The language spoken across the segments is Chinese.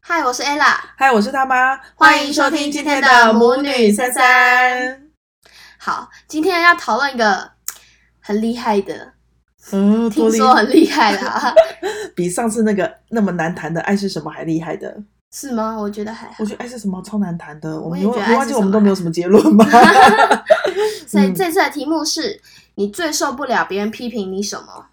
嗨，我是 Ella。嗨，我是他妈，欢迎收听今天的母女三三。好，今天要讨论一个很厉害的，嗯，多听厉说很厉害啊啦， 比上次那个那么难谈的爱是什么还厉害的。 是吗？我觉得还好我。觉得爱是什么超难谈的，我们也永觉得远爱忘是记什我们么啊都没有什么结论 吗？所嗯以这次的题目是你最受不了别人批评你什么？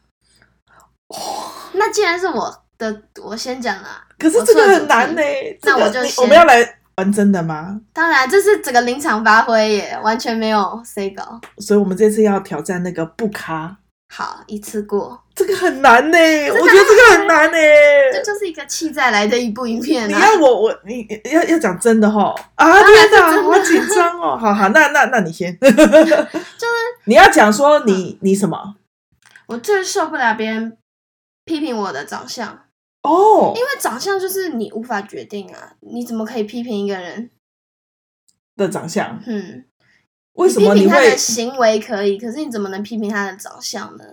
那既然是我的，我先讲啦。可是我这个错了很难呢、这那个我就你先我们要来玩真的吗？当然，这是整个临场发挥耶，完全没有 say 稿。所以我们这次要挑战那个不卡，好，一次过，这个很难呢、我觉得这个很难呢、这就是一个气再来的一部影片你啊。要我我你你要要讲真的吼啊！当然天是哪，真的好紧张哦！好好，那那那你先， 就是你要讲说你嗯你什么我最受不了别人批评我的长相。哦因为长相就是你无法决定啊，你怎么可以批评一个人？的长相？嗯，为什么你批评你他会的？行为可以，可是你怎么能批评他的长相呢？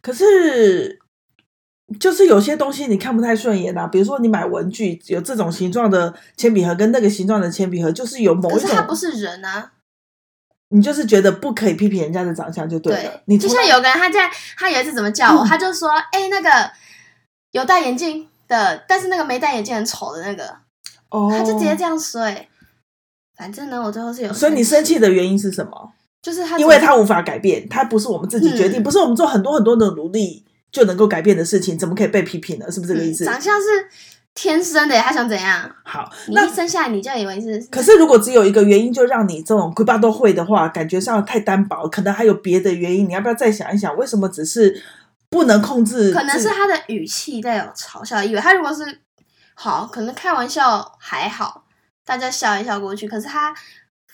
可是就是有些东西你看不太顺眼啊，比如说你买文具有这种形状的铅笔盒跟那个形状的铅笔盒，就是有某可一是种，他不是人啊，你就是觉得不可以批评人家的长相就对了。啊你就从像来哦有个人他在他有一次怎么叫我，他就说：“哎、那个有戴眼镜的，但是那个没戴眼镜很丑的那个。”哦，他就直接这样说、哎，反正呢，我最后是有，所以你生气的原因是什么？就是他怎么，因为它无法改变，它不是我们自己决定，嗯不是我们做很多很多的努力就能够改变的事情，怎么可以被批评呢？是不是这个意嗯思？长相是天生的、他想怎样？好，你那一生下来你就以为是可是如果只有一个原因就让你这种魁巴都会的话，感觉上太单薄，可能还有别的原因，你要不要再想一想，为什么只是不能控制自己？可能是他的语气带有嘲笑意味。他如果是好，可能开玩笑还好，大家笑一笑过去。可是他，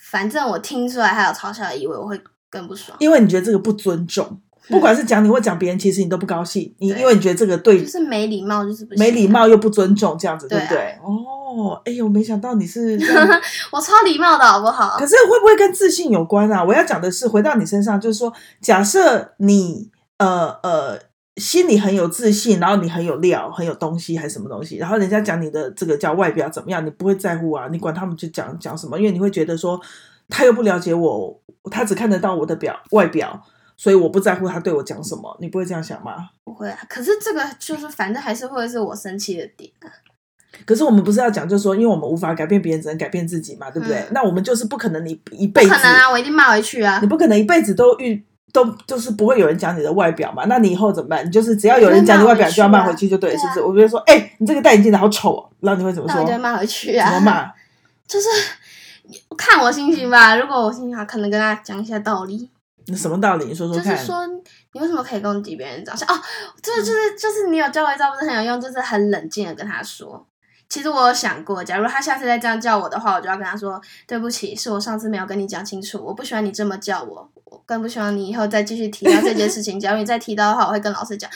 反正我听出来他有嘲笑的意味，我会更不爽。因为你觉得这个不尊重，不管是讲你或讲别人，其实你都不高兴，你嗯对因为你觉得这个对就是没礼貌，就是不行啊没礼。貌又不尊重，这样子对不对啊对？哦，哎呦，没想到你是 这样我超礼貌的好不好？可是会不会跟自信有关啊？我要讲的是，回到你身上，就是说，假设你呃呃心里很有自信，然后你很有料，很有东西，还是什么东西，然后人家讲你的这个叫外表怎么样，你不会在乎啊，你管他们去讲讲什么，因为你会觉得说他又不了解我，他只看得到我的表外表，所以我不在乎他对我讲什么，你不会这样想吗？不会啊。可是这个就是，反正还是会是我生气的点啊。可是我们不是要讲，就是说，因为我们无法改变别人，只能改变自己嘛，对不对？嗯那我们就是不可能你一不辈子可能啊，我一定骂回去啊你。不可能一辈子都遇都就是不会有人讲你的外表嘛？那你以后怎么办？你就是只要有人讲你外表，就要骂回去就对了，对啊是不是？我就会说，哎、你这个戴眼镜的好丑哦，然后你会怎么那我说？一定怎骂回去啊。么骂？就是 看我心情吧。如果我心情好，可能跟他讲一下道理。你什么道理？你说说就是看。嗯说，你为什么可以攻击别人长相？哦，这就是就是你有教我一招，不是很有用，就是很冷静的跟他说。其实我有想过，假如他下次再这样叫我的话，我就要跟他说对不起，是我上次没有跟你讲清楚，我不喜欢你这么叫我，我更不喜欢你以后再继续提到这件事情。 假如你再提到的话，我会跟老师讲。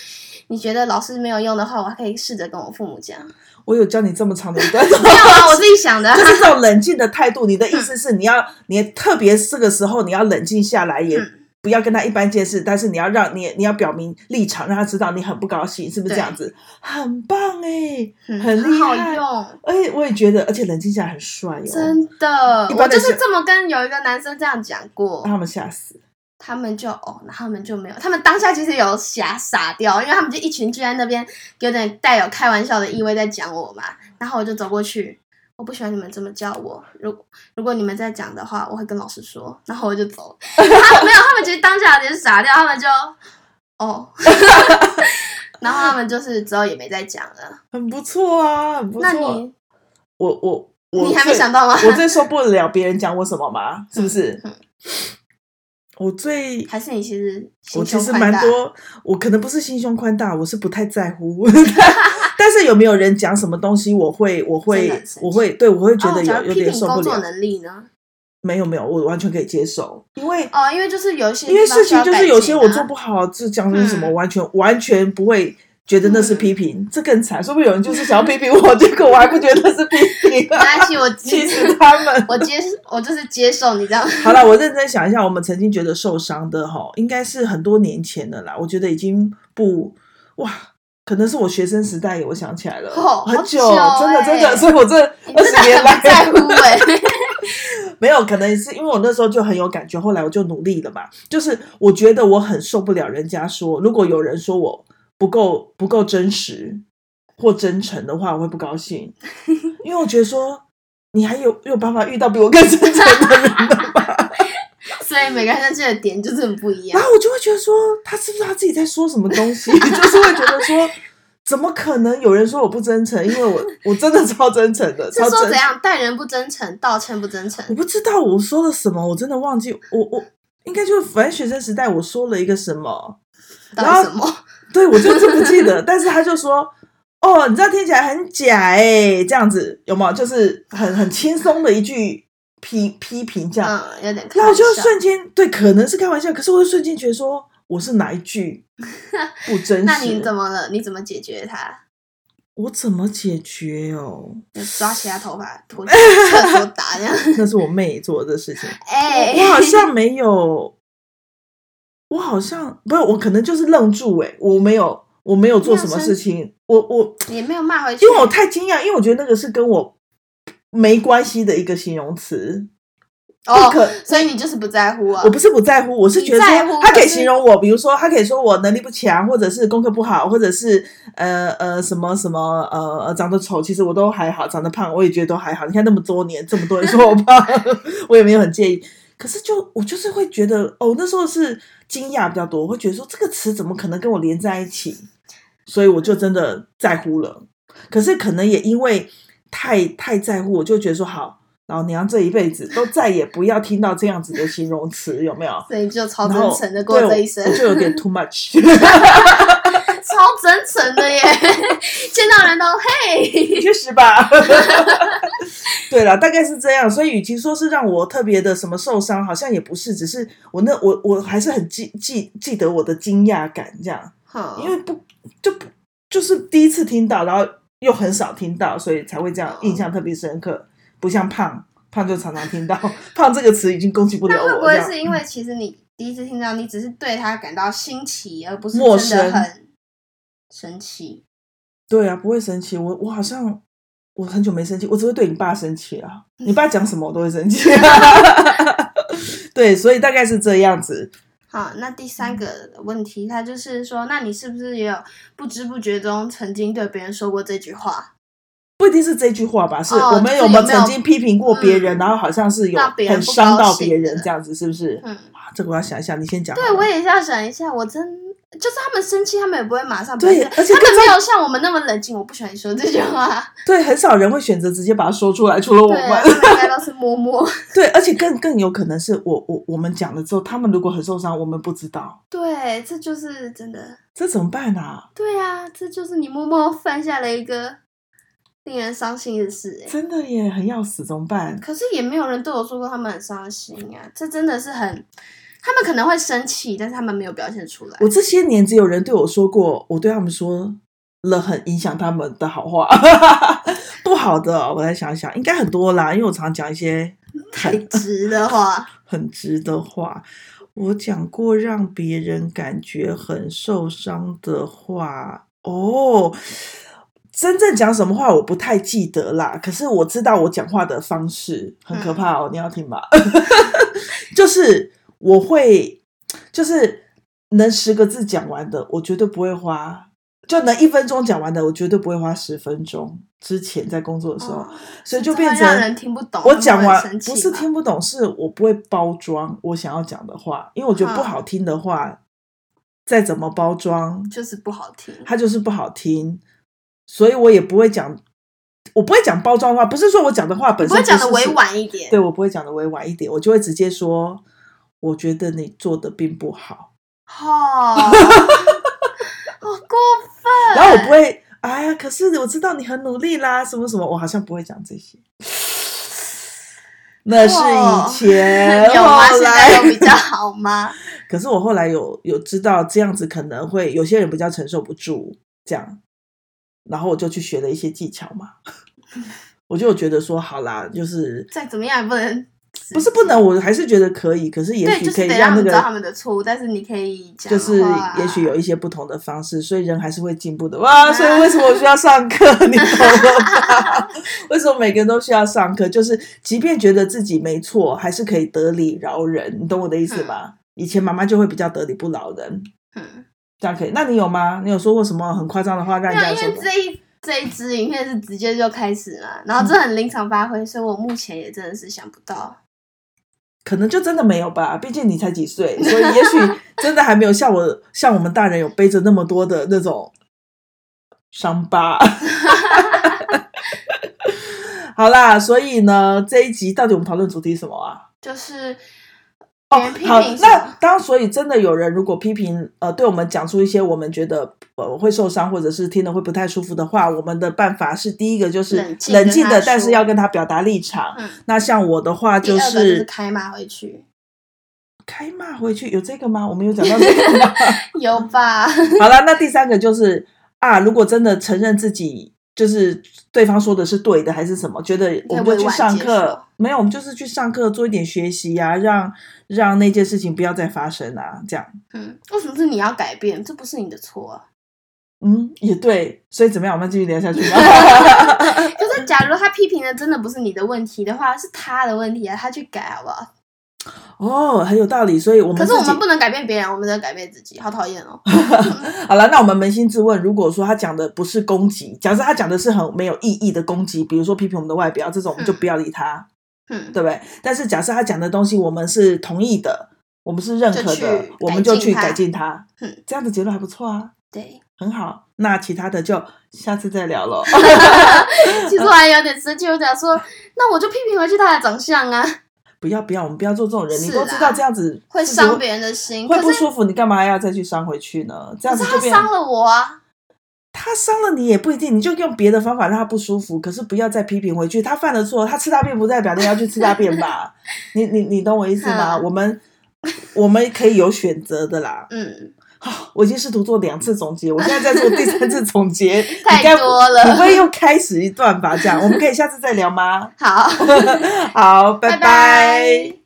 你觉得老师没有用的话，我还可以试着跟我父母讲。我有教你这么长的一段， 没有啊，我自己想的啊。 就是这种冷静的态度。你的意思是，你要你特别这个时候你要冷静下来，也嗯不要跟他一般见识，但是你要让你你要表明立场，让他知道你很不高兴，是不是这样子？很棒哎、嗯很厉好害用，而且我也觉得，而且冷静下来很帅哦，真的一。我般的就是是这么跟有一个男生这样讲过。让他们吓死。他们就哦，然后他们就没有，他们当下其实有傻傻掉，因为他们就一群聚在那边，有点带有开玩笑的意味在讲我嘛。然后我就走过去，我不喜欢你们这么叫我，如如果你们再讲的话，我会跟老师说。然后我就走了。 他们没有，他们其实当下有点傻掉，他们就哦， 然后他们就是之后也没再讲了。很不错啊，很不错。那你我我我，你还没想到？到吗？我最受不了别人讲我什么吗？是不是？嗯我最还是你其实心我其胸实宽蛮大多，我可能不是心胸宽大，我是不太在乎。 但是有没有人讲什么东西，我会我真的会很生气我会对我会觉哦得有、假如有批点评受不工作了。能力呢？没有没有，我完全可以接受，因为哦，因为就是有一些因为地方事需要情就改是有些进我啊做不好，这讲的是什么，嗯完全完全不会觉得那是批评，这更惨。说不定有人就是想要批评我， 结果我还不觉得是批评、没关啊，系，我气接！死他 们我接我就是接受你这样。好了，我认真想一下，我们曾经觉得受伤的哈，应该是很多年前的啦，我觉得已经不哇。可能是我学生时代，我想起来了，哦很好久，久欸真的真的，所以我这你 二真的十年来很不在乎哎、没有，可能是因为我那时候就很有感觉，后来我就努力了嘛。就是我觉得我很受不了人家说，如果有人说我不够不够真实或真诚的话，我会不 高兴，因为我觉得说你还有有办法遇到比我更真 诚的人的吧。 所以每个人在这的点就是很不一样然。 后我就会觉得说，他是不是他自己在说什么东西？ 就是会觉得说。怎么可能有人说我不真诚？因为我我真的超真诚的， 是说超真嗯怎诚。样待人不真诚，道歉不真我诚？不知道我说了什么，我真的忘记。我我应该就是反正学生时代我说了一个什么，到然后底什么？ 对我就是不记得。 但是他就说：“哦，你这样听起来很假哎、这样子有没有？就是很很轻松的一句批批评这样。嗯，有点开然玩后我就笑。瞬间对，可能是开玩笑，可是我就瞬间觉得说我是哪一 句不真实？那你怎么了？你怎么解决他？我怎么解决哦？就抓起他头发， 拖去厕所打这样？那是我妹做的事情。 哎、我好像没有，我好像不是，我可能就是愣住哎、我没有，我没有做什么事情，我我也没有骂回去，因为我太惊讶，因为我觉得那个是跟我没关系的一个形容词，不哦，可。所以你就是不在乎啊我。不是不在乎，我是觉得你在乎说他可以可是形容我，比如说他可以说我能力不强，或者是功课不好，或者是呃呃什么什么呃呃长得丑，其实我都还好，长得胖我也觉得都还好。你看那么多年，这么多人说我胖， 我也没有很介意。可是就我就是会觉得，哦，那时候是惊讶比较多，我会觉得说这个词怎么可能跟我连在一起？所以我就真的在乎了。可是可能也因为太太在乎，我就觉得说好，老娘这一辈子都再也不要听到这样子的形容词，有没有？所以就超然真后诚的过对这一生 我，就有点 too much。超真诚的耶！ 见到人都嘿，确实吧。 对了，大概是这样。所以，与其说是让我特别的什么受伤，好像也不是，只是我那我我还是很记记记得我的惊讶感这样，哼因为不就不就是第一次听到，然后又很少听到，所以才会这样嗯印象特别深刻。不像胖胖就常常听到胖这个词已经攻击不了那我这会样，嗯不会是因为其实你第一次听到，你只是对他感到新奇，而不是陌真的生很神奇？对啊，不会生气。我我好像我很久没生气，我只会对你爸生气啊。嗯你爸讲什么我都会生 气、对，所以大概是这样子。好，那第嗯三个问题，他就是说，那你是不是也有不知不觉中曾经对别人说过这句话，不一定是这句话吧？是哦我们就是有没有没有曾经批评过别人，嗯然后好像是有让别人很不伤高到兴别人的这样子，是不是？嗯哇，这个我要想一下。你先讲好了。对我也是要想一下，我真就是他们生气，他们也不会马上对表现而且他更们没有像我们那么冷静。我不喜欢你说这句话，对很少人会选择直接把它说出来，除了我对啊，们。 他们应该都是摸摸。对，而且更更有可能是我我我们讲了之后，他们如果很受伤，我们不知道，对，这就是真的。这怎么办啊？对啊，这就是你默默犯下了一个令人伤心的事、欸。真的耶，很要死，怎么办？可是也没有人对我说过他们很伤心啊，这真的是很，他们可能会生气，但是他们没有表现出来。我这些年只有人对我说过，我对他们说了很影响他们的好话， 不好的哦、我来想一想，应该很多啦，因为我常讲一些太直的 话，很直的话。我讲过让别人感觉很受伤的话，哦，真正讲什么话我不太记得啦，可是我知道我讲话的方式很嗯可怕哦，你要听吧？ 就是我会，就是能十个字讲完的，我绝对不会花；就能一分钟讲完的，我绝对不会花十分钟。之前在工作的时候，哦所以这就会变成让人听不懂我他们讲会完很生气不是吧听不懂，是我不会包装我想要讲的话，因为我觉得不哈好听的话，再怎么包装，就是不好听。它就是不好听，所以我也不会讲，我不会讲包装的话，不是说我讲的话本不身会讲的是委是婉一点，对我不会讲的委婉一点，我就会直接说，我觉得你做的并不好，哦， 好过分。然后我不会，哎呀，可是我知道你很努力啦，什么什么，我好像不会讲这些。 那是哦以前，有吗？后现来在有比较好 吗？可是我后来有有知道这样子可能会有些人比较承受不住这样，然后我就去学 了一些技巧嘛。我就有觉得说，好啦，就是再怎么样也不能自己不是不能，我还是觉得可以，可是也对，许就可是以得让那你知道他个。们的错误，但是你可以讲话，啊就是也许有一些不同的方式，所以人还是会进步的哇！所以为什么我需要上课？你懂了 吧？为什么每个人都需要上课？就是即便觉得自己没错，还是可以得理饶人，你懂我的意思吧？以前妈妈就会比较得理不饶人，嗯，这样可以？那你有吗？你有说过什么很夸张的话让没人有，家因说为吗？这一这一支影片是直接就开始了，然后这很临场发挥，所以我目前也真的是想不到。可能就真的没有吧，毕竟你才几岁，所以也许真的还没有像我 像我们大人有背着那么多的那种伤疤。 好啦，所以呢，这一集到底我们讨论主题是什么啊？就是哦别人批，好评，什那么，当所以真的有人如果批评呃，对我们讲出一些我们觉得呃会受伤或者是听了会不太舒服的话，我们的办法是第一个就是冷静冷跟静他的，但是说要跟他表达立场。嗯，那像我的话第就二个就是是开骂回去，开骂回去有这个吗？我们有讲到这个 吗？有吧？ 好了，那第三个就是啊，如果真的承认自己就是对方说的是对的，还是什么，觉得我们就去上可以委婉接课，没有，我们就是去上课做一点学习呀、让让那件事情不要再发生啊，这样，嗯，为什么是你要改变？这不是你的错啊。嗯，也对，所以怎么样，我们继续聊下去 吧。可是，假如他批评的真的不是你的问题的话，是他的问题啊，他去改好不好？哦，很有道理，所以我们可是自我己们不能改变别人，我们只能改变自己，好讨厌 哦。好了，那我们扪心自问，如果说他讲的不是攻击，假设他讲的是很没有意义的攻击，比如说批评我们的外表这种，我们就不要理他。嗯，对不对？但是假设他讲的东西我们是同意的，我们是认可就去的，我们就去改改进进它。嗯这样的结论还不错啊， 对。很好。那其他的就下次 再聊喽。其实我还有点生气，我想说，那我就批评回去他的长相啊，不要不要，我们不要做这种人，你是都啦知道这样子会自己伤别人的心。会可不是舒服，你干嘛要再去伤回去呢？可这样是子他就变伤了我啊，他伤了你也不一定，你就用别的方法让他不舒服，可是不要再批评回去。他犯了错，他吃大便不代表你要去吃大便吧？ 你你你懂我意思吗？嗯我们我们可以有选择的啦。嗯，啊，我已经试图做两次总结，我现在在做第三次总结，你 太该不多了你不会又开始一段吧？这样，我们可以下次再聊吗？好， 好，拜拜拜。